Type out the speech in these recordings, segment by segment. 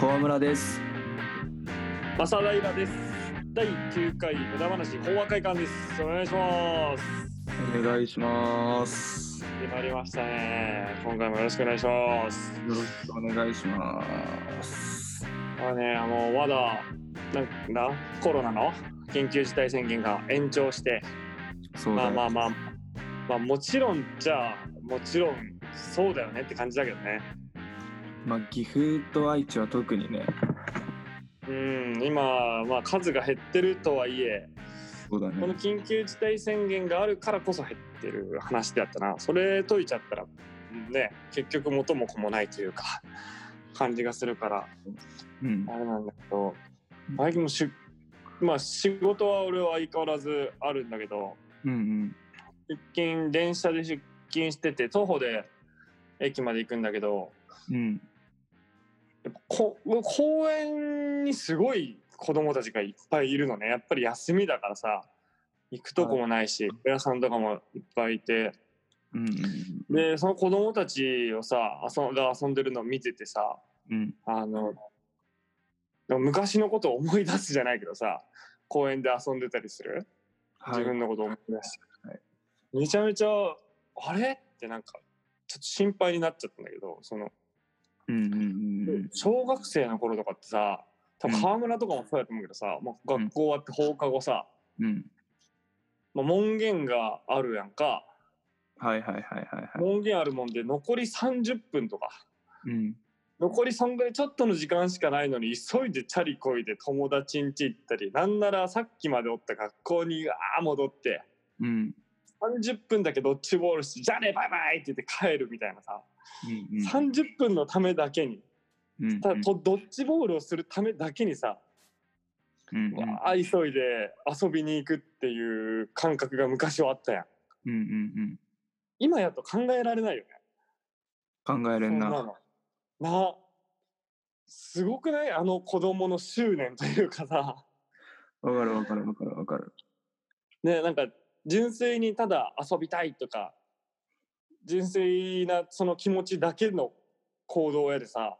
河村です正平です。第9回無駄話講和会館です。お願いします。お願いしますよやってまいりましたね。今回もよろしくお願いします。ろしくお願いしますまあね、あの、まだ、なんだ、コロナの緊急事態宣言が延長して、そうまだあよまあまあ、まあもちろん、じゃあ、もちろん、そうだよねって感じだけどね。まあ岐阜と愛知は特にねうん、今、まあ数が減ってるとはいえ、そうだこのね緊急事態宣言があるからこそ減ってる話だったなそれ解いちゃったらね結局元も子もないというか感じがするからうんあれなんだけど最近もしまあ仕事は俺は相変わらずあるんだけどうん出勤電車で出勤してて徒歩で駅まで行くんだけどうんうんやっぱこ公園にすごい子供たちがいっぱいいるのねやっぱり休みだからさ行くとこもないし親さんとかもいっぱいいて。うんでその子供たちをさ遊んが遊んでるのを見ててさうんあの昔のことを思い出すじゃないけどさ公園で遊んでたりするは自い分のことを思い出す、はいめちゃめちゃあれってなんかちょっと心配になっちゃったんだけどそのうんうんうん小学生の頃とかってさ多分川村とかもそうやと思うけどさ、まあ、学校終わって放課後さ、うんうんまあ、門限があるやんかはいはいはいはいは門限あるもんで残り30分とかいうん残りそんぐらいちょっとの時間しかないのに急いでチャリこいで友達ん家行ったりなんならさっきまでおった学校にあー戻ってうんうん30分だけドッジボールしてじゃあねバイバイって言って帰るみたいなさ、うん30分のためだけにうんただとドッジボールをするためだけにさ、うんわあ急いで遊びに行くっていう感覚が昔はあったやんうんうん今やと考えられないよねうん考えれそんんななのなすごくないあの子供の執念というかさわかるわかるわかるわかるねなんか純粋にただ遊びたいとか純粋なその気持ちだけの行動やでさ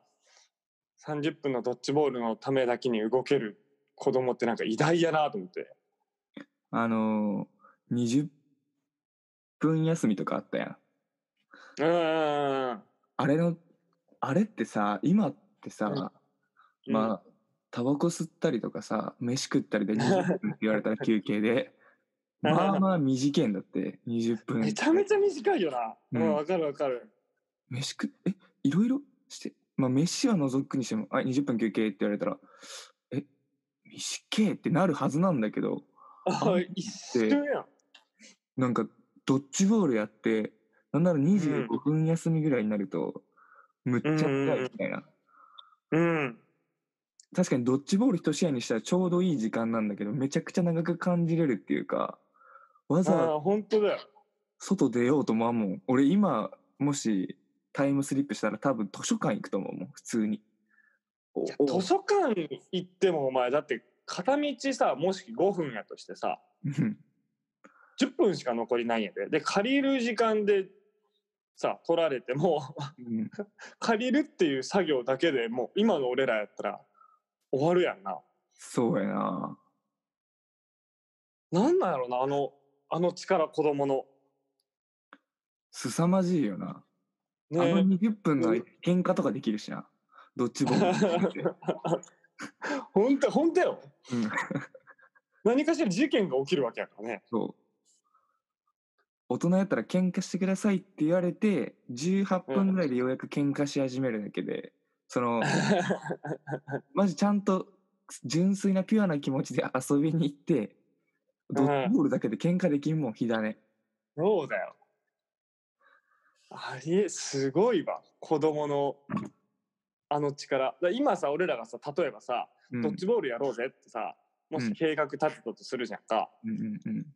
30分のドッジボールのためだけに動ける子供ってなんか偉大やなと思ってあのー、20分休みとかあったやんうんうんうんあれのあれってさ今ってさ、うんまあタバコ吸ったりとかさ飯食ったりで20分って言われたら休憩でまあ まあ短いんだって20分めちゃめちゃ短いよなううんんわ、かるわかる飯食っえいろいろしてまあ飯は除くにしても「はい20分休憩」って言われたら「え短い」ってなるはずなんだけどあ一瞬やんなんかドッジボールやってなんなら25う分休みぐらいになると、むっちゃ早いみたいな、うん確かにドッジボール一試合にしたらちょうどいい時間なんだけどめちゃくちゃ長く感じれるっていうかわざわざああ本当だよ外出ようと思わんもん俺今もしタイムスリップしたら多分図書館行くと思うもん普通におお図書館行ってもお前だって片道さもし5分やとしてさうん10分しか残りないんやで。で、借りる時間でさ、取られても、 うん借りるっていう作業だけでもう今の俺らやったら終わるやんな。そうやななんなんやろな、あの、あの力子供の。凄まじいよな、あのね20分のうん喧嘩とかできるしなドッジボールって、 ほんと、ほんとよ。うん、 何かしら事件が起きるわけやからね。 そう大人やったら喧嘩してくださいって言われて18分ぐらいでようやく喧嘩し始めるだけで、そのマジちゃんと純粋なピュアな気持ちで遊びに行ってドッジボールだけで喧嘩できんもん火種そうだよ。あれ、すごいわ。子供のあの力。だから今さ、俺らがさ、例えばさ、うんドッジボールやろうぜってさ、もし計画立てたとするじゃんか。うんうんうん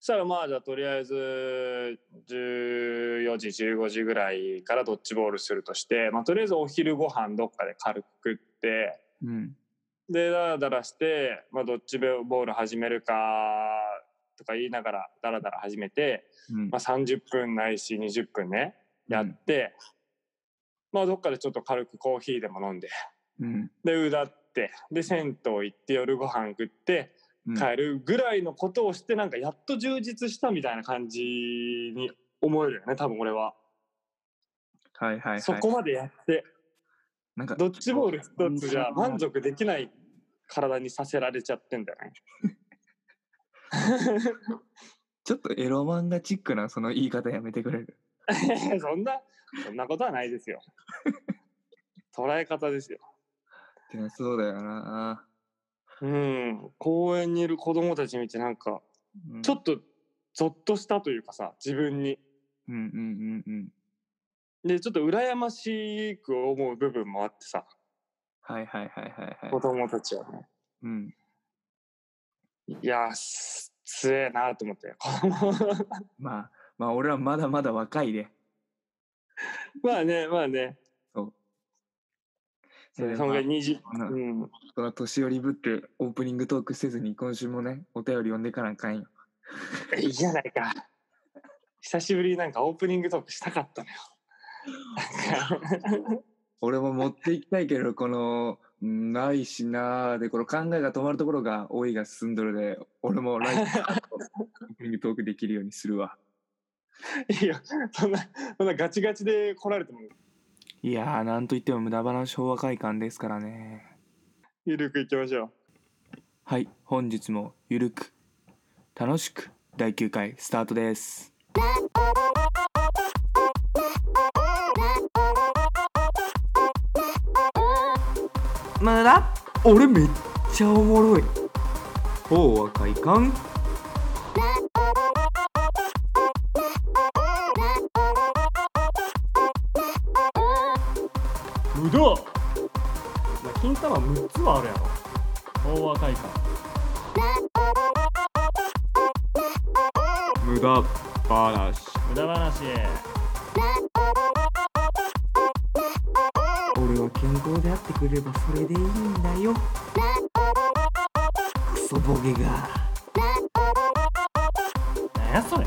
そしたらまあじゃあとりあえず14時15時ぐらいからドッジボールするとして、まあ、とりあえずお昼ご飯どっかで軽く食ってうんでダラダラして、まあ、ドッジボール始めるかとか言いながらダラダラ始めて、うんまあ、30分ないし20分ねやって、まあどっかでちょっと軽くコーヒーでも飲んでうん。で、うだって、で、銭湯行って夜ご飯食ってうん帰るぐらいのことをして、なんかやっと充実したみたいな感じに思えるよね、多分俺は。はいはいはい。そこまでやって、なんかドッジボール一つじゃ満足。足できない体にさせられちゃってんだよね。 ちょっとエロ漫画チックなその言い方やめてくれる。そんな、そんなことはないですよ。捉え方ですよ。いやそうだよな。うん。公園にいる子供たち見てなんか、うんちょっとゾッとしたというかさ、自分に。うんうんうんうん。で、ちょっと羨ましく思う部分もあってさ、はいはいはいはい子はい。供たちはね。うん。いやー、す強えなと思って。子供まあ、まあ俺はまだまだ若いで。 まあね、まあね。そう。それでそのぐらいまあ20、ううんん。そら年寄りぶってオープニングトークせずに今週もね、お便り読んでいかなあかんよ。いいじゃないか。久しぶりになんかオープニングトークしたかったのよ。なんか俺も持っていきたいけど、この、うんないしなーで、この考えが止まるところが多いが進んどるで、俺も来週オープニングトークできるようにするわ。いや、そんな、そんなガチガチで来られても、いやー、なんといっても無駄話昭和会館ですからね。ゆるくいきましょう。はい、本日もゆるく、楽しく、第9回スタートです。まだ俺めっちゃおもろい。ほうは快感無駄金玉6つはあるやろ大赤いか無駄話。無駄話俺は健康であってくれればそれでいいんだよ。クソボケが。なんやそれ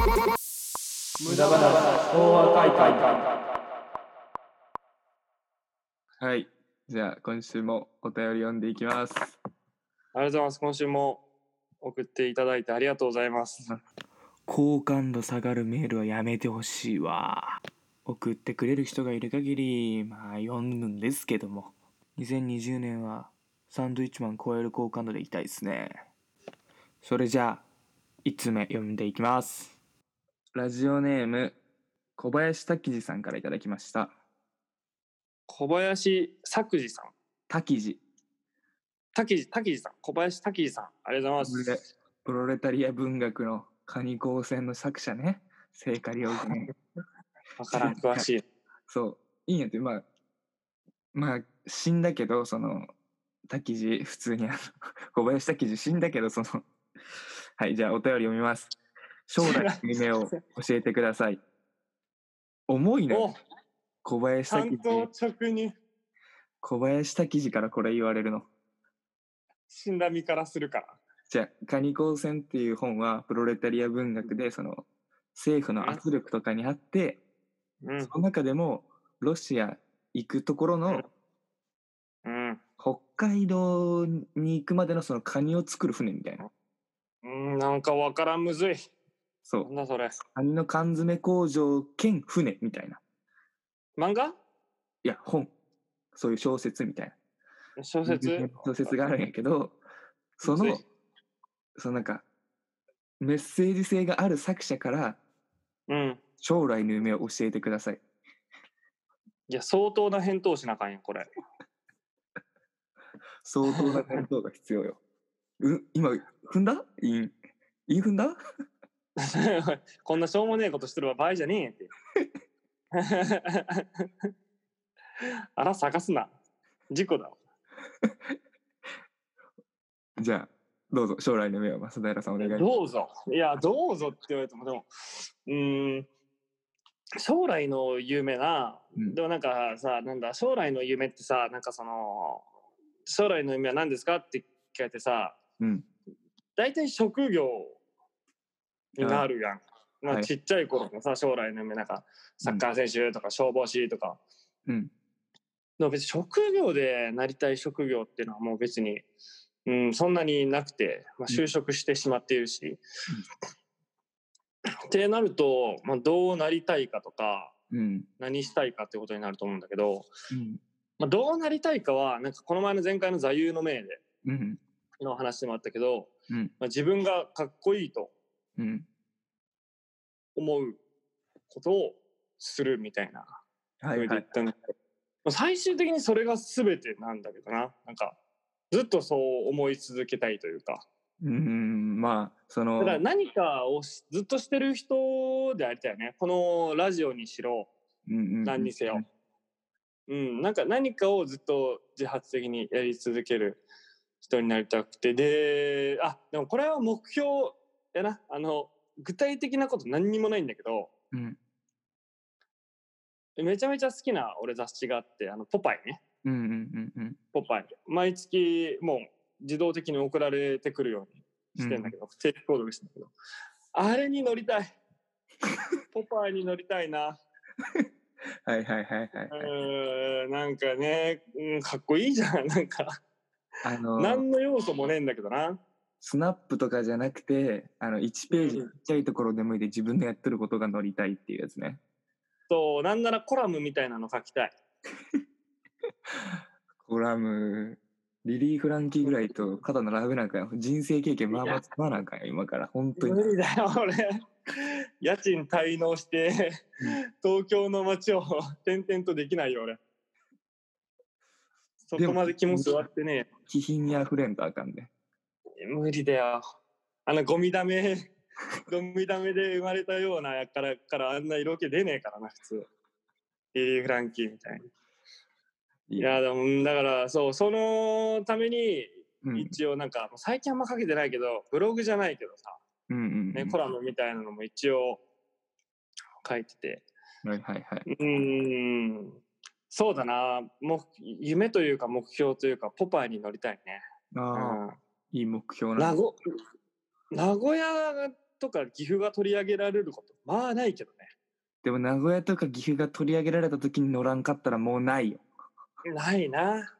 無駄話大赤いかはい。じゃあ、今週もお便り読んでいきます。ありがとうございます。今週も送っていただいてありがとうございます。好感度下がるメールはやめてほしいわ。送ってくれる人がいる限り、まあ読むんですけども。2020年はサンドイッチマン超える好感度でいきたいですね。それじゃあ、1つ目読んでいきます。ラジオネーム、小林滝次さんからいただきました。小林作治さん。滝次、滝治、滝治さん。小林滝治さん。ありがとうございます。プロレタリア文学のカニ光線の作者ね。聖火料金。わからん、詳しい。 そう、いいんやって、まあ、まあ、死んだけど、その、滝地、普通にあの、 小林滝地死んだけど、その、 はい、じゃあお便り読みます。将来の夢 を教えてください。重いな、お小林ちゃん滝と地。直に小林滝地からこれ言われるの。死んだ身からするから。じゃあ、カニ光線っていう本は、プロレタリア文学で、その、政府の圧力とかにあって、うんそ。の中でも、ロシア行くところの、うん。北海道に行くまでのそのカニを作る船みたいな。うん、なんかわからん、むずい。そなんう。だそれ。カニの缶詰工場兼船みたいな。漫画いや、本。そういう小説みたいな。小説小説があるんやけど、そむのずい、そのなんか、メッセージ性がある作者からうん。将来の夢を教えてください。いや、相当な返答しなあかんよ、これ。 相当な返答が必要よ。 う今、踏んだいいん。いい踏んだこんなしょうもねえことしてる場合じゃねえって。 あら、探すな。事故だわ。じゃあ、どうぞ、将来の夢を正平さんお願いします。どうぞ。いや、どうぞって言われても、でも、うーん、将来の夢な、うんでもなんかさ、なんだ、将来の夢ってさ、なんかその、将来の夢は何ですかって聞かれてさ、うん。大体職業になるやん。まはあ、いちっちゃい頃のさ、将来の夢なんか、サッカー選手とか消防士とか、うん。でも別に職業でなりたい職業っていうのはもう別に、うん、そんなになくて、まあ、就職してしまっているし。ってなると、まあ、どうなりたいかとかうん。何したいかってことになると思うんだけど、うん。まあ、どうなりたいかはなんかこの前の前回の座右の銘でうん。の話でもあったけど、うんまあ、自分がかっこいいとうん。思うことをするみたいなはそいれでは言っい。たんだけどまあ最終的にそれが全てなんだけどななんかずっとそう思い続けたいというかうん。まあ、そのだか、ら何かをしずっとしてる人でありたいよねこのラジオにしろ何何にせよ。うん、なんか何かをずっと自発的にやり続ける人になりたくてであでもこれは目標やなあの具体的なこと何にもないんだけどうん。めちゃめちゃ好きな俺雑誌があって「あのポパイ」ね。うんうんうんうん。ポパイ。毎月もう自動的に送られてくるようにしてんだけど、定期購読してんだけど、あれに乗り たい。ポパイに乗りたいな。。はいはいはいはいうーん、なんかね、うん、かっこいいじゃん。なんか、あの、何の要素もねえんだけどな。スナップとかじゃなくて、あの、1ページちっちゃいところでもいいで自分のやってることが乗りたいっていうやつね。そう、なんならコラムみたいなの書きたい。コラム、リリー・フランキーぐらいと肩並べなんかんよ人生経験まあまあつまなんかんよ今から、本当無に。理だよ、俺。家賃滞納して、東京の街を転々とできないよ、俺。そこまで気も座ってねえよ気品に溢れんとあかんで。無理だよあのゴミだめ ゴミだめで生まれたようなやからからあんな色気出ねえからな普通リリー・フランキーみたいにいいやでもうんだからそうそのためにうん一応なんか、最近あんまかけてないけどブログじゃないけどさ、うんうんうね、ん。コラムみたいなのも一応書いててはいはいはい。うーんそうだなも夢というか目標というかポパイに乗りたいね、うああ、ん、いい目標な名んだ。古名古屋とか岐阜が取り上げられることまあないけどでも名古屋とか岐阜が取り上げられた時に乗らんかったらもうないよ。ねないな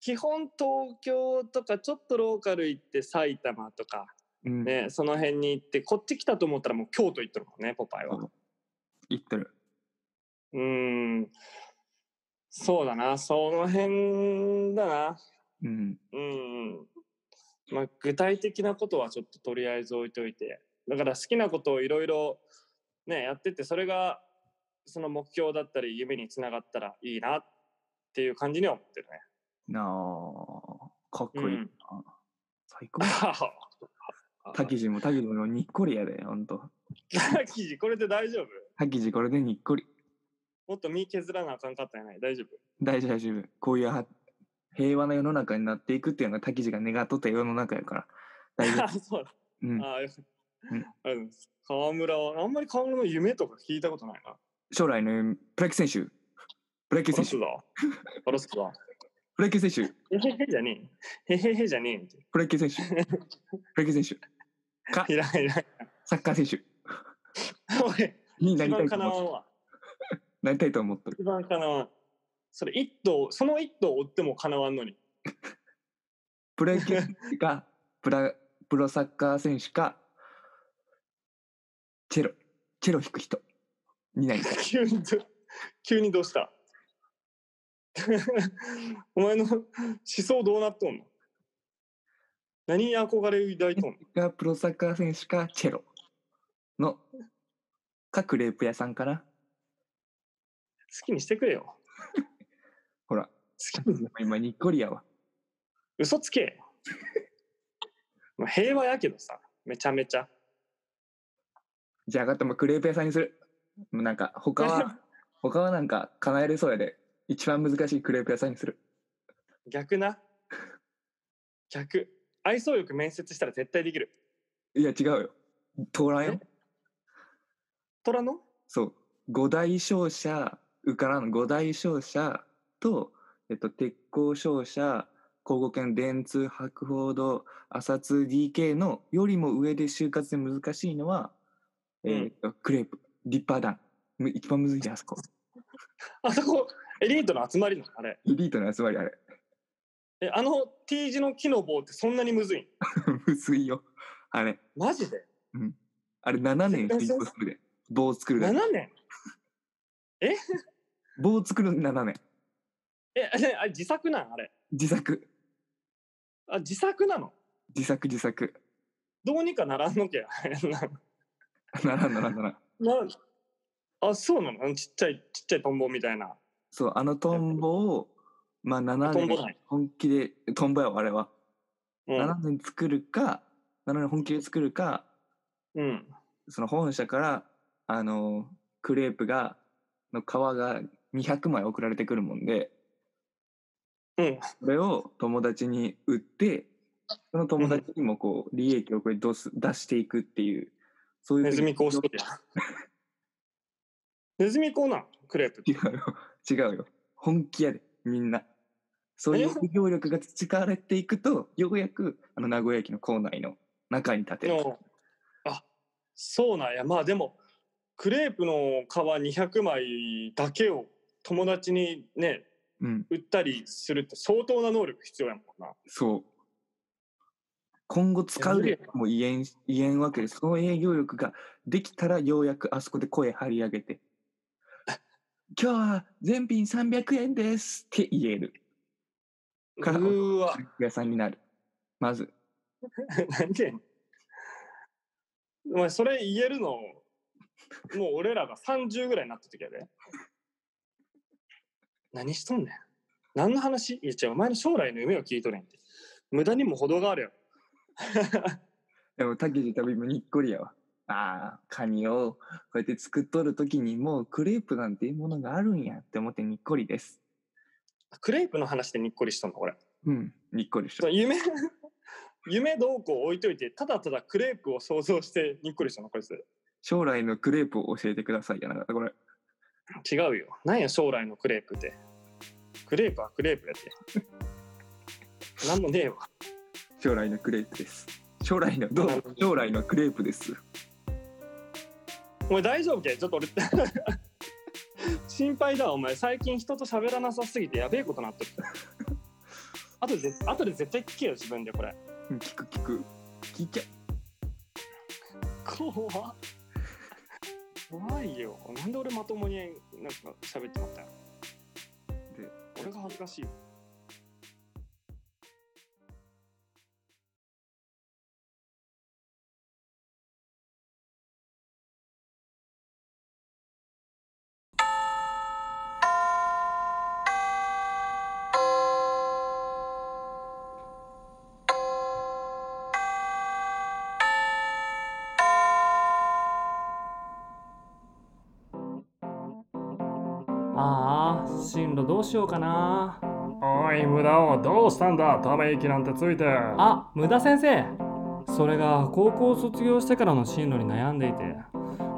基本東京とかちょっとローカル行って埼玉とかうん。ね、その辺に行ってこっち来たと思ったらもう京都行ってるもんねポパイはそう言ってる。うーんそうだなその辺だなうん。うんまあ、具体的なことはちょっととりあえず置いといてだから好きなことをいろいろねやってってそれがその目標だったり夢につながったらいいなっていう感じには思ってるね。なあ、かっこいいな。うん最高。タキジもタキジもにっこりやで、ほんと。記事 これで大丈夫タキジこれでにっこり。もっと身削らなあかんかったんやない大丈夫大丈夫、大丈夫。こういうは平和な世の中になっていくっていうのがタキジが願っとった世の中やから。大丈 あそうだ夫。うん。あよかったうんありがとうございます河村はあんまり河村の夢とか聞いたことないな。将来の夢プロ野球選手。プロ野球選バロ手ス。だ。バロスだ。プロ野球選手。へへへじゃねえ。へへへじゃねえって。プロ野球選 手。プロ野球選手。かい、らないいらない。サッカー選おい手にな一りた番いとかなわ思っんわ。なりたいと思っとる。一番かなわん。それ一頭、その一頭追ってもかなわんのに。 プロ野球選手か、プラ、プロサッカー選手か、チェロ、チェロ弾く人になりたい。急にど、急にどうした お前の 思想どうなっとんの何に憧れを抱いとんのがプロサッカー選手かチェロのかクレープ屋さんかな好きにしてくれよ。ほら好きに。今ニッコリやわ嘘つけ。まあ平和やけどさ、めちゃめちゃ。じゃあ分かったもうクレープ屋さんにするもうなんか他は他はなんか叶えれそうやで一番難しいクレープ屋さんにする 逆な。逆。愛想よく面接したら絶対できる。いや違うよ通らんよえ虎の そう五大商社受からん五大商社と、えっと、鉄鋼商社兵庫県電通博報堂朝通 DK のよりも上で就活で難しいのは、うんえーとクレープ立派団む一番むずいじゃんあそこあそこ、エリートの集まりなのあれ。エリートの集まりあれ え、あの T 字の木の棒ってそんなにむずいんむずいよあれマジであれ7年必要するで棒作るだ ?7 け年棒作るの7年え、あれあれ自作なんあれ。自作あ、自作なの自作自作どうにかならんのけ ならんならんならんなあ、そうなのちっちゃい、ちっちゃいトンボみたいな。そうあのトンボをまあ7トンボだ年本気でトンボやわあれはうん7。年作るか7年本気で作るかうん、その本社からあのクレープがの皮が200枚送られてくるもんでうんそれを友達に売ってその友達にもこう利益をこれどす出していくっていうそういうネズミ講し とるやん。ネズミ講なん クレープって違うよ違うよ本気やでみんなそういう企業力が培われていくとようやくあの名古屋駅の構内の中に立てるのあそうなんやまあでもクレープの皮200枚だけを友達にねうん売ったりするって相当な能力必要やもんなそう。今後使うでも言えん、言えんわけです。その営業力ができたらようやくあそこで声張り上げ て、今日は全品300円ですって言える。からうー わ屋さんになる。まず、何でお前それ言えるのもう俺らが30ぐらいになった時やで何しとんねん何の話いや違うお前の将来の夢を聞いとるやんって無駄にも程があるよでも、たけし多分今にっこりやわ。ああ、カニをこうやって作っとる時にもうクレープなんていうものがあるんやって思ってにっこりです。クレープの話でにっこりしとんの俺うん、にっこりしそたう。夢 夢どうこう置いといてただただクレープを想像してにっこりしたのこいつ将来のクレープを教えてくださいやなかったこれ。違うよなんや将来のクレープってクレープはクレープやってなんもねえわ将来のクレープです。将来のどう将来のクレープです。お前大丈夫けちょっと俺心配だわお前最近人と喋らなさすぎてやべえことなってるあとで後で絶対聞けよ自分でこれうん聞く聞く。聞いちゃ怖っ怖いよなんで俺まともになんか喋ってまったんやう。で、ろ俺が恥ずかしいわああ進路どうしようかなおい無駄をどうしたんだため息なんてついてああ、無駄先生それが高校を卒業してからの進路に悩んでいて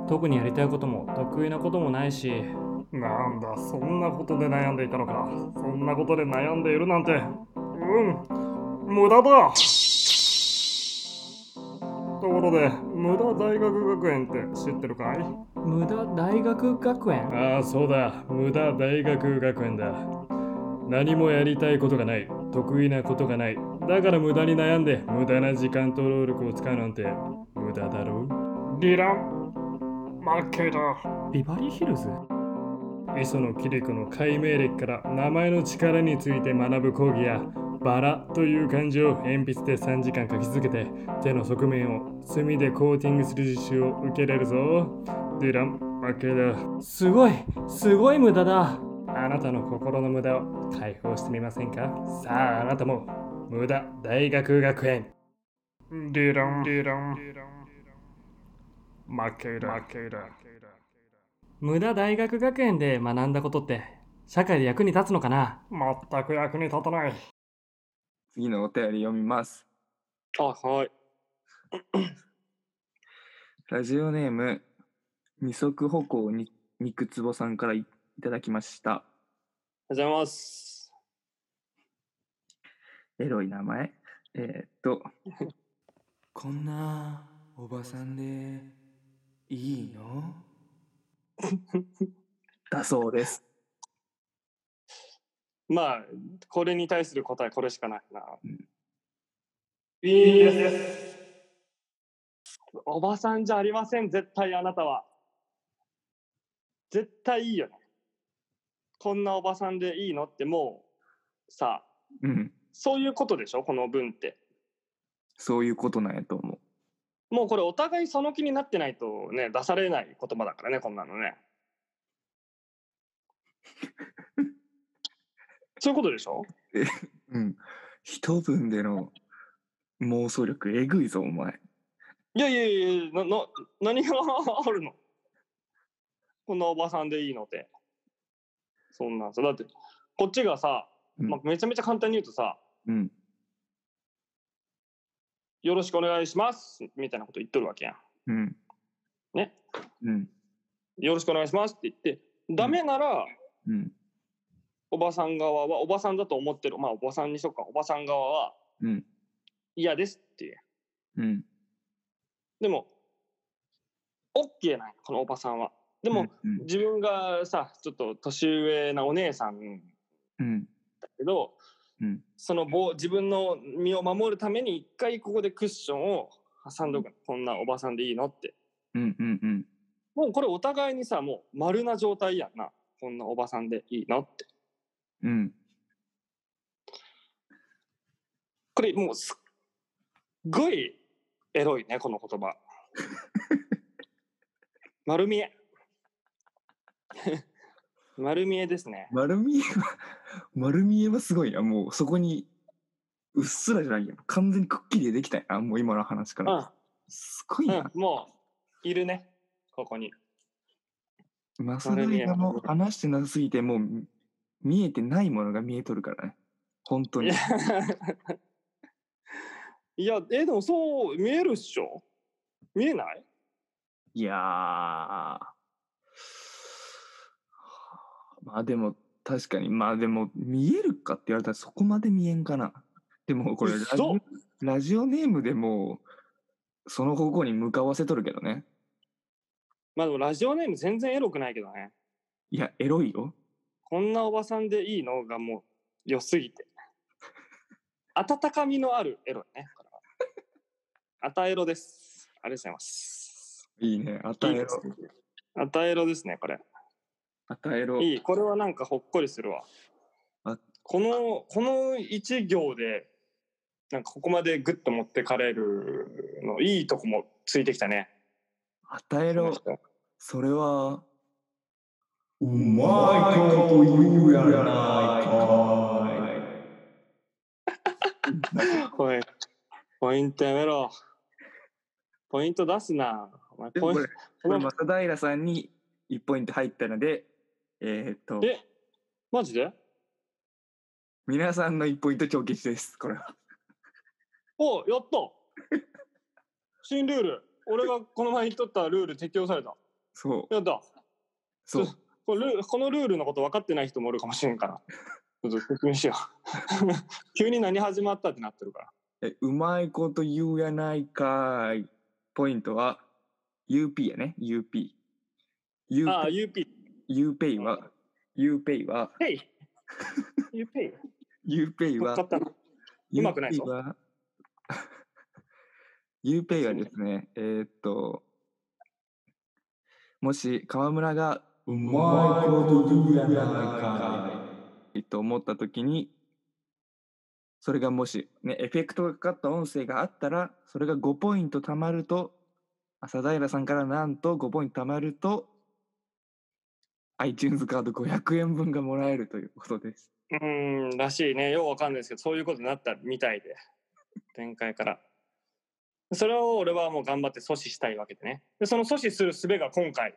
特にやりたいことも得意なこともないしなんだそんなことで悩んでいたのかそんなことで悩んでいるなんてうん無駄だところで無駄大学学園って知ってるかい無駄大学学園ああそうだ無駄大学学園だ何もやりたいことがない得意なことがないだから無駄に悩んで無駄な時間と労力を使うなんて無駄だろリラン負けだビバリーヒルズう磯野キリコの解明歴から名前の力について学ぶ講義やバラという漢字を鉛筆で3時間書き続けて手の側面を墨でコーティングする実習を受けれるぞデュラン負けだすごいすごい無駄だあなたの心の無駄を解放してみませんかさああなたも無駄大学学園リランリラン負けだ負けだ無駄大学学園で学んだことって社会で役に立つのかな全く役に立たない次のお便り読みます。あはいラジオネーム、二足歩行に肉つぼさんからいいただきました。おはようございますエロい名前。えーっと。 こんなおばさんでいいの だそうです。まあ、これに対する答え、これしかないな。おばさんじゃありません、絶対あなたは。絶対いいよね。こんなおばさんでいいのってもう、さあ、うん。そういうことでしょ、この文って。そういうことなんやと思う。もうこれお互いその気になってないとね、出されない言葉だからね、こんなのね。そういうことでしょうん。一文での妄想力えぐいぞ、お前。いやいやいや、な、な、何があるのこんなおばさんでいいのって。そんなんさ、だって、こっちがさ、うんまあ、めちゃめちゃ簡単に言うとさ、うん。よろしくお願いしますみたいなこと言っとるわけやん。うん。ね。うん。よろしくお願いしますって言って、ダメなら、うん。おばさん側は、おばさんだと思ってる、まあおばさんにしよっか、おばさん側はうん。嫌ですっていう。うん。でも、OK なんや、このおばさんは。でも、うん、自分がさ、ちょっと年上なお姉さんうん。けど、うんそのぼ自分の身を守るために一回ここでクッションを挟んどくの、こんなおばさんでいいのってうん。うん。うん。もうこれお互いにさもう丸な状態やんなこんなおばさんでいいのってうん。これもうすっごいエロいねこの言 葉丸見え 丸見えですね丸見えは、 丸見えはすごいな。もうそこに、うっすらじゃないよ。完全にくっきりできたんやな。もう今の話かうら。んすごいな。うんもういるねここにマスダイがもう話してなさすぎて、もう見えてないものが見えとるからね。本当いにや。いやえでもそう見えるっしょ見えない いやー。まあでも、確かに、まあでも、見えるかって言われたらそこまで見えんかな。でもこれラジ嘘オ、ラジオネームでもう、その方向に向かわせとるけどね。まあでもラジオネーム全然エロくないけどねいや、エロいよ。こんなおばさんでいいのがもう良すぎて温かみのあるエロねこれはあたエロですありがとうございますいいね。与えいいろで。すねあたエロですねこれ与えろ。いいこれはなんかほっこりするわあこのこの一行でなんかここまでグッと持ってかれるのいいとこもついてきたね与えろ。それは、うまいこと言うやないかい。おいポイントやめろポイント出すなお前でもポイこンれ、トこれ、松平さんに1ポイント入ったので、えーっと、えマジで皆さんの1ポイント帳消しです。これは。お やった新ルール俺がこの前言っとったルール適用されたそう。やったそう。これルーこのルールのこと分かってない人もおるかもしれんからちょっと説明しよう 急に何始まったってなってるからえうまいこと言うやないかい。ポイントは、UP やね。UP。ああ、 UP UP。 UPay は、UPay は、 Pay。UP。 UPay は買、ったの。うま くないぞ UPay は UPay はですね、えーっと、もし河村がうまいこと言うやないかい。いいと思った時に、それがもし、ね、エフェクトがかかった音声があったら、それが5ポイント貯まると、朝平さんからなんと5ポイント貯まると、iTunes カード500円分がもらえるということです。うーん、らしいね。ようわかんないですけど、そういうことになったみたいで。展開から。それを俺はもう頑張って阻止したいわけでね。で、その阻止する術が今回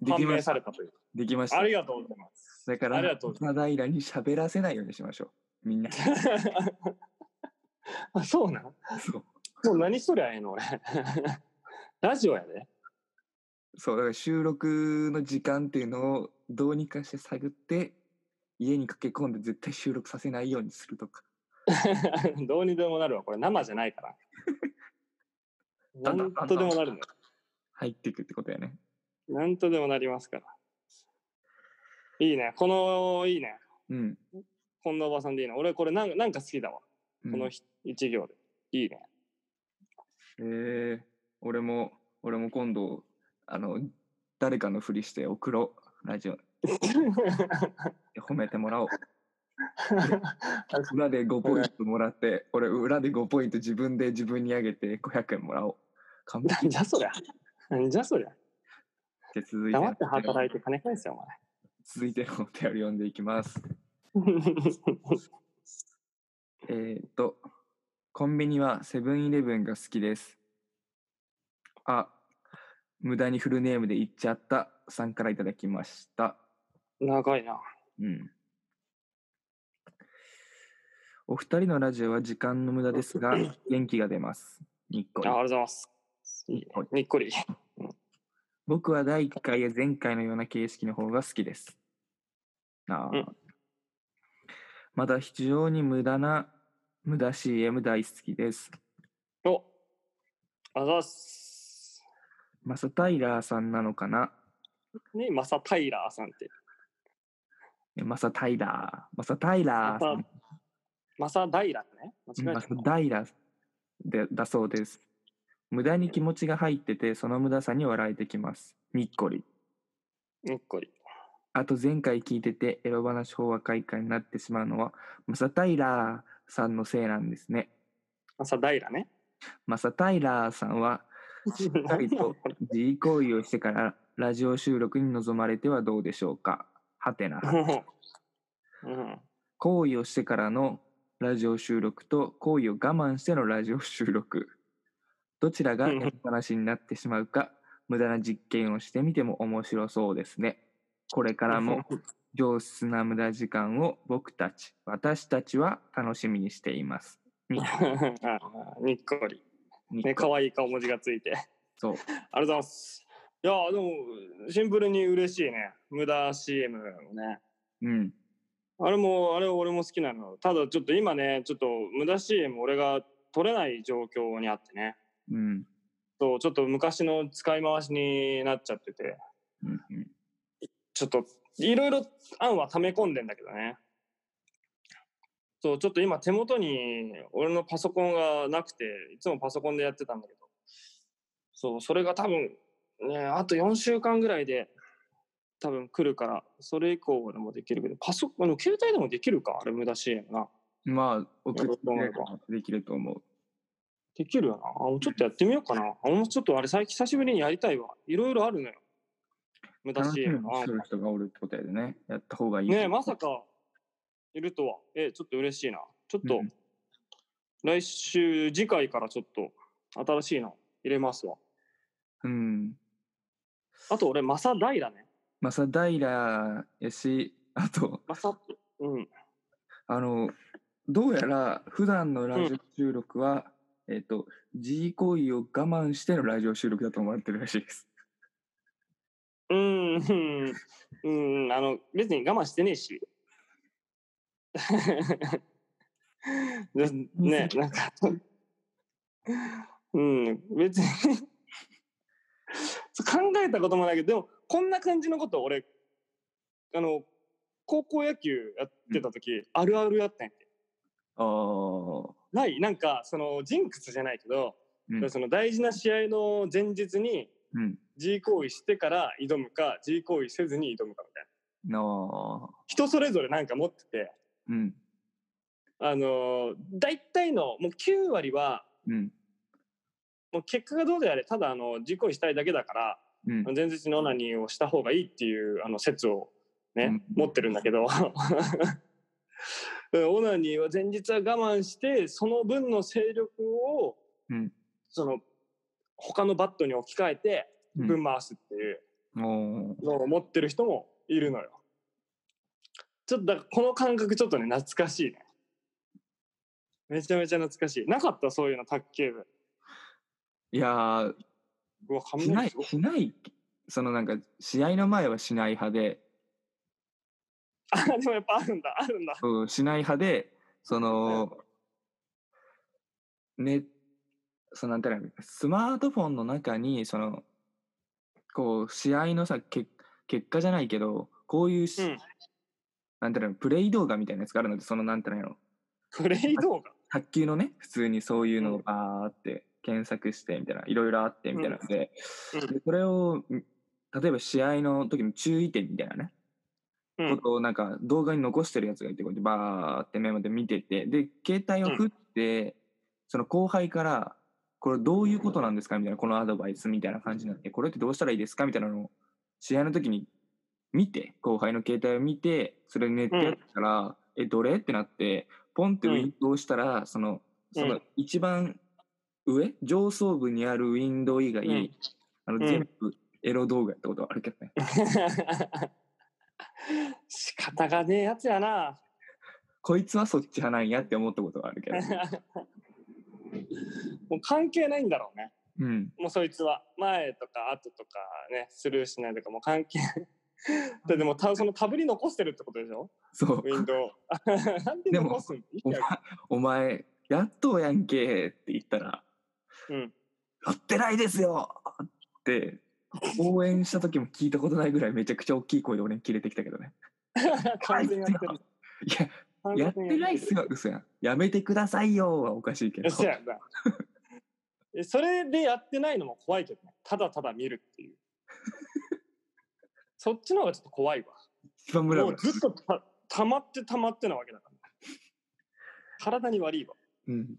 で判きま明しさた。れたという。できましたあ。りがとうございます。 だかありら、がとう朝ござ平に喋らせないようにしましょう。み んな。あ、そうなんもそう。う何しとりゃええの俺。ラジオやで。そう、だから収録の時間っていうのをどうにかして探って、家に駆け込んで絶対収録させないようにするとか。 どうにでもなるわ。これ生じゃないから。なんとでもなるんだよ。入っていくってことやね。なんとでもなりますから。いいね。この、いいね。うん。こんなおばさんでいいな。俺これなんなんか好きだわ。うんこのひ一行で。いい ね。えー、俺も、俺も今度、あの、誰かのふりして送ろう。ラジオ。褒めてもらおう。裏で5ポイントもらって、俺裏で5ポイント自分で自分にあげて500円もらおう。完な璧んじゃそりゃ。なんじゃそりゃ。で続いて黙って働いて金返せよ、お前。続いてのお便り読んでいきます。えーっと、コンビニはセブンイレブンが好きです。あ、無駄にフルネームで言っちゃったさんからいただきました。 長いな。うん。お二人のラジオは時間の無駄です が、元気が出ます。にっこりあありがとうございます。いいねにっこり。僕は第1回や前回のような形式の方が好きです。あーうんまだ非常に無駄な無駄 CM 大好きです。おあざっす。マサタイラーさんなのかなね、マサタイラーさんって。えマサタイラー。マサタイラーさん。マサダイラね。間違マえサたな。タイラーでだそうです。無駄に気持ちが入ってて、その無駄さに笑えてきます。にっこり。にっこり。あと前回聞いてて、エロ話法和会館になってしまうのは、マサタイラーさんのせいなんですね。マサダイラね。マサタイラーさんは、しっかりと自慰行為をしてからラジオ収録に臨まれてはどうでしょうか。はてな。 うん。行為をしてからのラジオ収録と行為を我慢してのラジオ収録。どちらがうんやり話になってしまうか、無駄な実験をしてみても面白そうですね。これからも上質な無駄時間を僕たち、私たちは楽しみにしています。に あにっこり。にね、可愛い顔文字がついて。そう。ありがとうございます。いやーでもシンプルに嬉しいね。無駄 CM もね。うん。あれもあれ俺も好きなの。ただちょっと今ねちょっと無駄 CM 俺が取れない状況にあってね。うん。そうちょっと昔の使い回しになっちゃっててうんうんちょっといろいろ案は溜め込んでんだけどね。そうちょっと今手元に俺のパソコンがなくていつもパソコンでやってたんだけどそうそれが多分ねあと4週間ぐらいで多分来るからそれ以降でもできるけどパソコンあの携帯でもできるかあれ無駄 CM なまあ、送ってくれればできると思う。できるよなあもうちょっとやってみようかなあもうちょっとあれ最近久しぶりにやりたいわいろいろあるのよ無駄楽しみ CM にのし案てる人がおるってことやでね。やった方がいい。ねえまさかいるとはええちょっと嬉しいなちょっと、うん来週次回からちょっと新しいの入れますわうん。あと俺マサダイラねマサダイラーやし、あと、マサうんあの、どうやら普段のラジオ収録は、えっ、と、G 行為を我慢してのラジオ収録だと思われてるらしいです。うんうんうんあの別に我慢してねえし ねなんか うん別に そう考えたこともないけどでもこんな感じのこと俺あの高校野球やってた時、あるあるやったんやってああ。ないなんかそのジンクスじゃないけど、うん。その大事な試合の前日にうん。 G 行為してから挑むか G 行為せずに挑むかみたいななあ。人それぞれなんか持っててうん。あのー大体のもう9割はうん。もう結果がどうであれただあの自己意したいだけだからうん。前日のオナニーをした方がいいっていうあの説をね、うん持ってるんだけど うんオナニーは前日は我慢してその分の勢力を、うんその他のバットに置き換えてうん分回すっていうおーのを持ってる人もいるのよ。ちょっとだからこの感覚ちょっとね懐かしいね。めちゃめちゃ懐かしい。なかったそういうの卓球部。いやー、うわしな雷いすごい、しない、そのなんか、試合の前はしない派で、あ、 でもやっぱあるんだ、あるんだ。そうしない派で、その、ね、そのなんていうのスマートフォンの中に、その、こう、試合のさ、け結果じゃないけど、こういうし、うんなんていうのプレイ動画みたいなやつがあるので、その、なんていうのプレイ動画。卓球のね、普通にそういうのうをバーって検索してみたいな、いろいろあってみたいなので、うんうんでそれを、ん例えば試合の時の注意点みたいなね、うんことをなんか動画に残してるやつがいて、こうやってバーってメモで見てて、で、携帯を振って、その後輩から、これどういうことなんですかみたいな、このアドバイスみたいな感じになって、これってどうしたらいいですかみたいなのを、試合の時に見て、後輩の携帯を見て、それネットやったら、え、どれってなって、ポンってウィンドウしたら、その、その一番上、上層部にあるウィンドウ以外、うんあんの全部エロ動画やったことはあるけどね。 仕方がねえやつやな。 こいつはそっち派なんやって思ったことはあるけど。もう関係ないんだろうね。うん。もうそいつは。前とか後とかね、スルーしないとかもう関係ない。 だってもうたそのタブに残してるってことでしょそうウ。ィンドウ。 なんででも残すのいお前いや、お前、やっとうやんけって言ったら、うんやってないですよって、応援した時も聞いたことないぐらいめちゃくちゃ大きい声で俺にキレてきたけどね。完全やってる。 いや、やってないっよすよ、嘘やん。やめてくださいよはおかしいけど。そやな。えそれでやってないのも怖いけどね。ただただ見るっ ていう。そっちの方がちょっと怖いわ。一番ムラもムうラずっとた溜まって溜まってなわけだから。体に悪いわ。うん。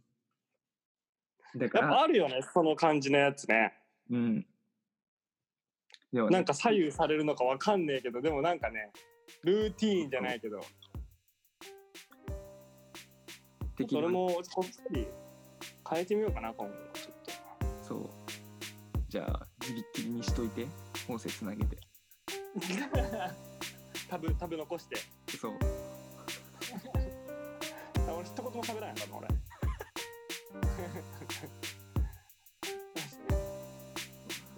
だかやっぱら、あるよね、その感じのやつね。うん。でもねなんか左右されるのかわかんねえけど、でもなんかね、ルーティーンじゃないけど、的それにもこっそり変えてみようかな、今後。ちょっとそう。じゃあ、ギリギリにしといて、音声つなげて。タブ、タブ残して。そう。あ俺一言も喋らないからな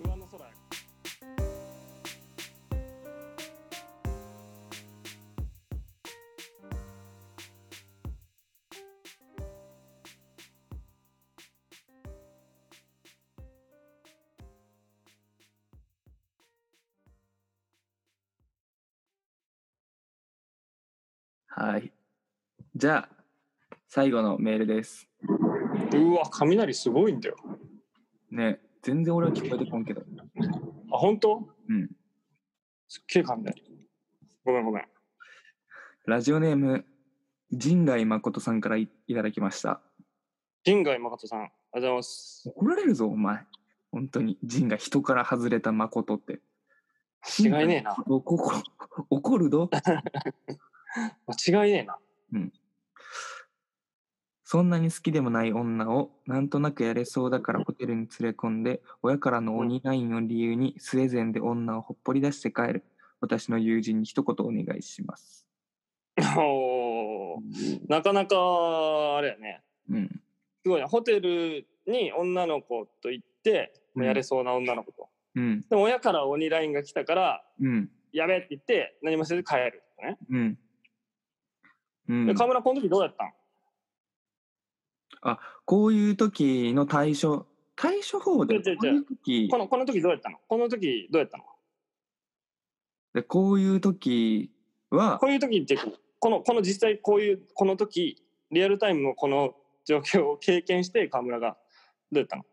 俺上の空はい。じゃあ、最後のメールです。 うわ雷すごいんだよね、全然俺は聞こえてこんけど。あ本当うんすっげえ雷ごめんごめんラジオネーム、陣外誠さんからいいただきました。陣外誠さんありがとうございます怒られるぞ、お前。本当に、陣が人から外れた誠って。違いねえ な怒怒るぞ。間違いねえなそんなに好きでもない女をなんとなくやれそうだからホテルに連れ込んで親からの鬼ラインを理由にスウェーデンで女をほっぽり出して帰る私の友人に一言お願いしますおーなかなかあれやねうんすごいねホテルに女の子と行って、うんやれそうな女の子とうんでも親から鬼ラインが来たからうんやべえって言って何もせず帰るとかねうんうんで、河村この時どうやったんこういう時の対処対処法で違う違こういう違うう時このこの時どうやったのこの時どうやったのでこういう時はこういう時ってこのこの実際こういうこの時リアルタイムのこの状況を経験して河村がどうやったの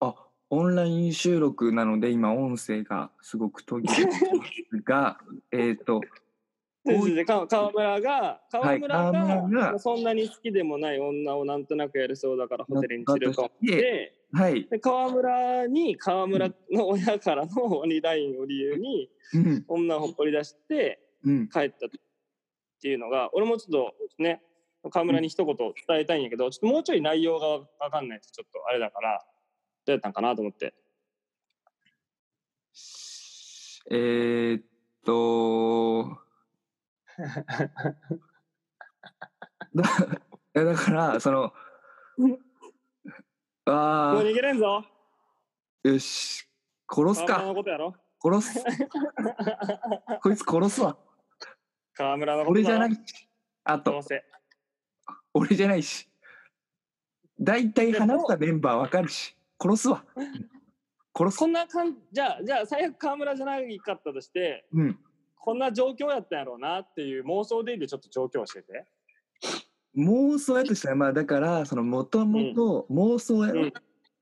あオンライン収録なので今音声がすごく途切れてます がえっとでででか河村が河村が,、河村がそんなに好きでもない女をなんとなくやれそうだからホテルに連れ込んではいで河村に河村の親からの鬼ラインを理由にうん女をほっぽり出してうん帰ったっていうのが俺もちょっとね河村に一言伝えたいんやけどちょっともうちょい内容が分かんないとちょっとあれだからどうやったんかなと思ってえー、っ と。だいやだから、その。もうあ逃げれんぞあ、よし。殺す河村かの。ことやろ殺 す。こいつ殺すわ。河村のことだ俺じゃないし。あどうと、せ俺じゃないし。大体話したメンバーわかるし。殺すわ。殺すこ。んな感じじゃあじゃあ最悪河村じゃないかったとしてうん。こんな状況やったんやろうなっていう妄想でいいでちょっと状況を教えて妄想やとしたら、まあだから、そのもともと妄想やろ。うん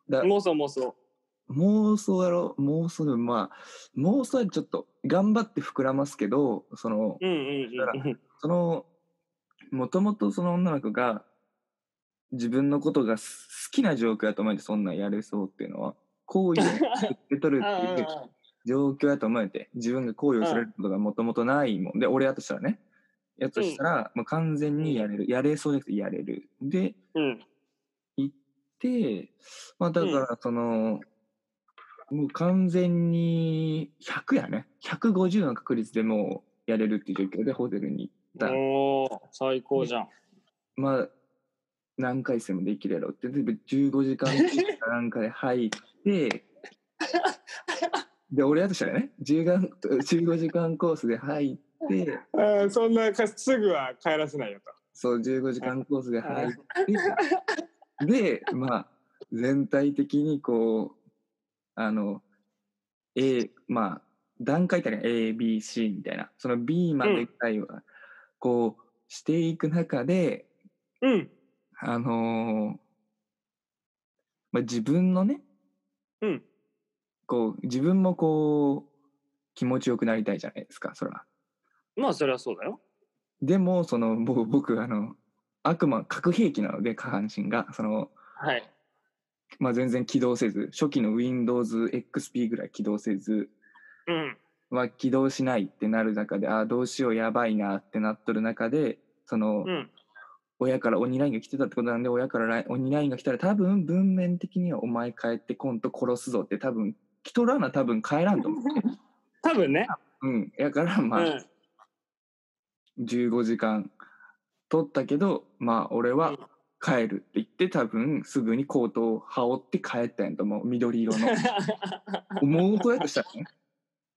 だ妄想妄想妄想やろ妄想でもまあ妄想はちょっと頑張って膨らますけどそのうんうんうんうんそのもともとその女の子が自分のことが好きな状況やと思えてそんなんやれそうっていうのは好意を受け取るあって いうあ状況やと思えて自分が好意をされることがもともとないもんで俺やとしたらねやとしたら、もう完全にやれるやれそうじゃなくてやれるでうんで、まあだからその、もう完全に100やね。150の確率でもうやれるっていう状況でホテルに行った。おー最高じゃんまあ、何回戦もできるやろって、で15時間かなんかで入って、で、俺やとしたらね、10が15時間コースで入って、ああそんなかすぐは帰らせないよとそう、15時間コースで入って、で、まあ、全体的にこう、あの、A、まあ、段階的に A、B、C みたいな、その B までぐらいは、こう、していく中で、うんあのーまあ、自分のね、うんこう、自分もこう、気持ちよくなりたいじゃないですか、そら。まあそれはそうだよでも、その、僕、僕、あの、悪魔、核兵器なので、下半身が、その、はいまあ、全然起動せず、初期の Windows XP ぐらい起動せず、うんまあ、起動しないってなる中で、ああ、どうしよう、やばいなってなっとる中で、その、 うん親から鬼ラインが来てたってことなんで、親からライン鬼ラインが来たら、多分、文面的にはお前帰ってこんと殺すぞって、多分、来とらな多分帰らんと思う。 多分ねうん。やから、まあ、うん15時間取ったけどまあ俺うんは帰るって言って多分すぐにコートを羽織って帰ったんやと思う緑色のもうこうやとしたらね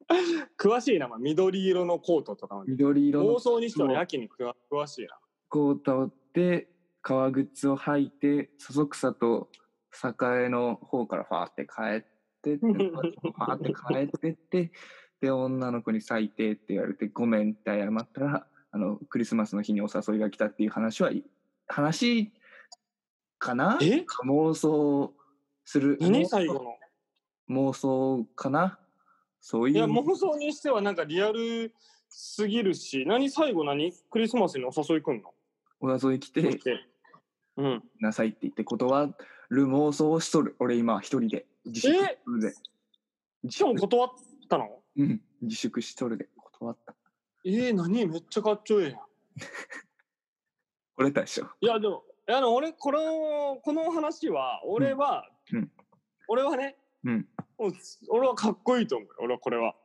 詳しいな、まあ、緑色のコートとかも緑色妄の想にしてはやけに詳詳しいなコートを折って革靴を履いてそそくさと栄の方からファーって帰ってってファーって帰って ってで女の子に最低って言われてごめんって謝ったらあのクリスマスの日にお誘いが来たっていう話はい話かなえ妄想する何最後の妄想かなそういいやう妄想にしてはなんかリアルすぎるし何最後何クリスマスにお誘い来んのお誘い来てうんなさいって言って断る妄想をしとる俺今一人で自粛しとるでしかも断ったのうん自粛しとるで断ったえー、何めっちゃかっちょええやんこれたでしょいやでもいやでも俺このこの話は俺は、うんうん俺はね、うんもう俺はかっこいいと思うよ俺はこれは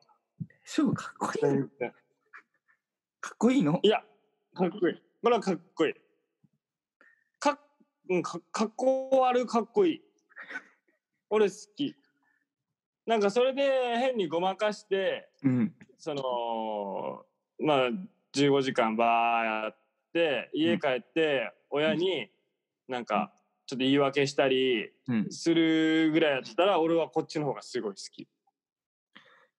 しょうかっこいいのいかっこいいのやかっこいいこれはかっこいいかっ,、うん、かかっこ悪かっこいい俺好きなんかそれで変にごまかしてうんそのまあ15時間バーやって家帰って親になんかちょっと言い訳したりうんするぐらいやったら俺はこっちの方がすごい好き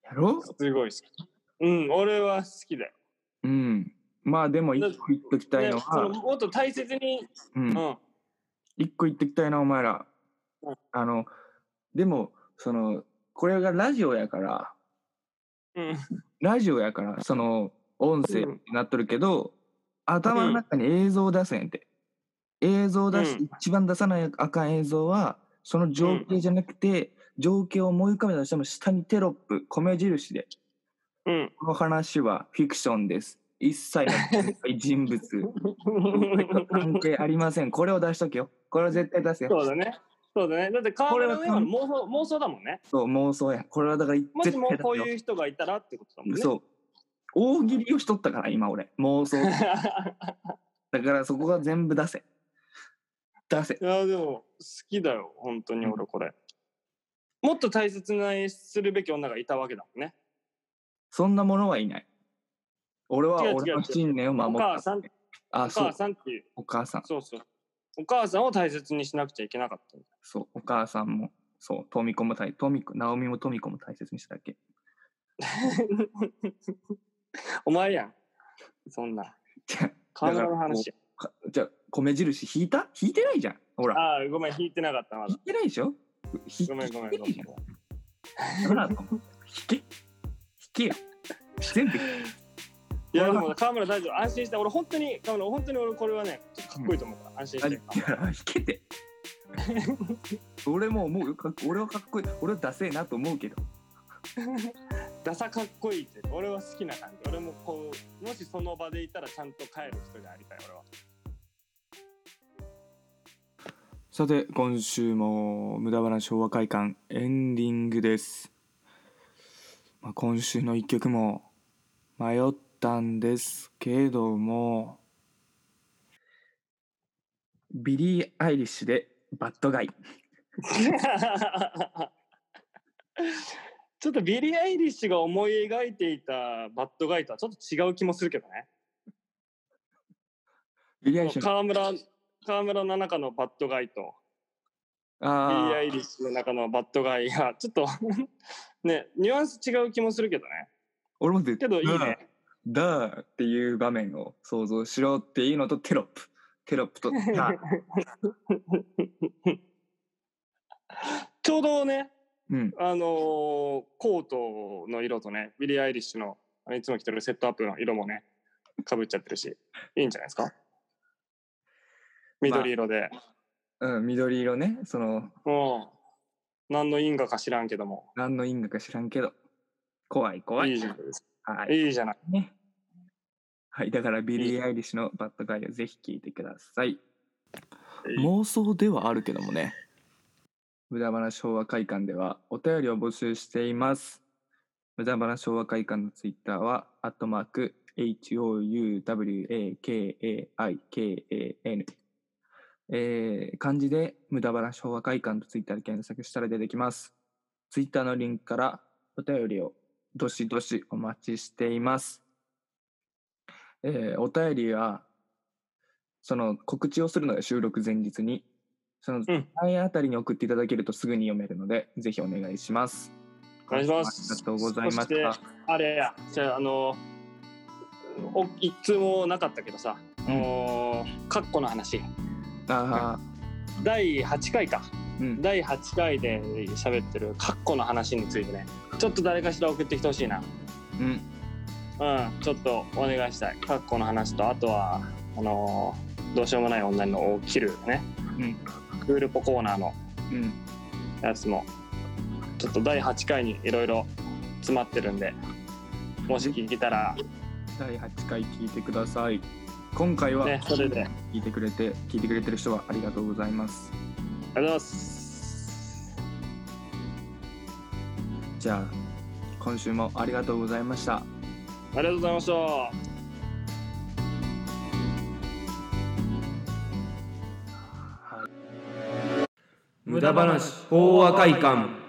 やろすごい好きうん俺は好きだよううんまあでもだ一個言っときたいのねそのはもっと大切にうんうん一個言ってきたいなお前らうんあのでもそのこれがラジオやからうんラジオやからその音声うんになっとるけど、頭の中に映像出せんって、映像出し、うん一番出さないあかん映像はその情景じゃなくて、情景を思い浮かべたとしても下にテロップ米印でうんこの話はフィクションです一切の人物関係ありませんこれを出しとけよこれを絶対出せよそうだねそうだねだって川村の今の妄想妄想だもんねそう妄想やこれはだから絶も対し出もこうせよいう人がいたらってことだもんねそう大喜利をしとったから今俺妄想だからそこが全部出せ出せいやでも好きだよ本当に俺これ、もっと大切にするべき女がいたわけだもんねそんなものはいない。俺は違う違う俺の信念をお守っ母た。さん、おあ、そう母、さんっていう、お母さん。そうそう。お母さんを大切にしなくちゃいけなかった。そう、お母さんも、そう、トミコも大、トミコ、ナオミもトミコも大切にしただけ。 お前やん。そんな。じゃ川村のも話う。かじゃあ米印引いた引いてないじゃん。ほら、ああ、ごめん、引いてなかった、ま引だい。てないでしょひごめん、ごめん、引ごいめて んないじ。ゃん。ほら引け引けよ。全部引けいや、でも川村大丈夫。安心して、俺、本当に、川村、本当に俺、これはね、ちょっとかっこいいと思うから、安心あいして。や引け て。俺も思うよ。かっ俺はかっこいい。俺はダセえなと思うけど。ダサかっこいいって、俺は好きな感じ。俺もこう、もしその場でいたら、ちゃんと帰る人でありたい、 俺は。さて今週も無駄話昭和会館エンディングです、まあ、今週の一曲も迷ったんですけどもビリー・アイリッシュでバッドガイちょっとビリー・アイリッシュが思い描いていたバッドガイとはちょっと違う気もするけどね。ビリー・アイリッシュの河村、河村の中のバッドガイと、ビリあー・アイリッシュの中のバッドガイが、ちょっと、 ね、ニュアンス違う気もするけどね。俺も絶けどいいね。ダーっていう場面を想像しろっていうのとテロップテロップとダ ーちょうどね、うんあのーコートの色とね、ビリー・アイリッシュのあのいつも着てるセットアップの色もね、かぶっちゃってるし、いいんじゃないですか。緑色で。うん緑色ねそのうん。何の因果か知らんけども、何の因果か知らんけど怖い怖いいいじゃないですはいか。いいじゃない。ね。はい、だからビリー・アイリッシュのバッドガイをぜひ聴いてください。妄想ではあるけどもね。無駄話昭和会館ではお便りを募集しています。無駄話昭和会館のツイッターは、アットマーク、HOUWAKAIKAN。えー、漢字で無駄話昭和会館とツイッターで検索したら出てきます。ツイッターのリンクからお便りをどしどしお待ちしています。えーお便りは、その告知をするので収録前日に、そのうん前あたりに送っていただけるとすぐに読めるので、ぜひお願いします。お願いしますありがとうございまそしてした。あれや、じゃあ、あのーお一通もなかったけどさ、あのーカッコの話、ああ、第8回か。うん。第8回で喋ってるカッコの話についてねちょっと誰かしら送ってきてほしいなうん。うんちょっとお願いしたいカッコの話とあとはあのーどうしようもない女の起きるね、クールポコーナーのうん。やつもちょっと第8回にいろいろ詰まってるんでもし聞いたら第8回聞いてください。今回は、ねそれであり聞いがてくれて、聞いてくれてる人はありがとうございます。とうございますじゃあ、今週もありがとうございました。ありがとうございました無駄話法話会館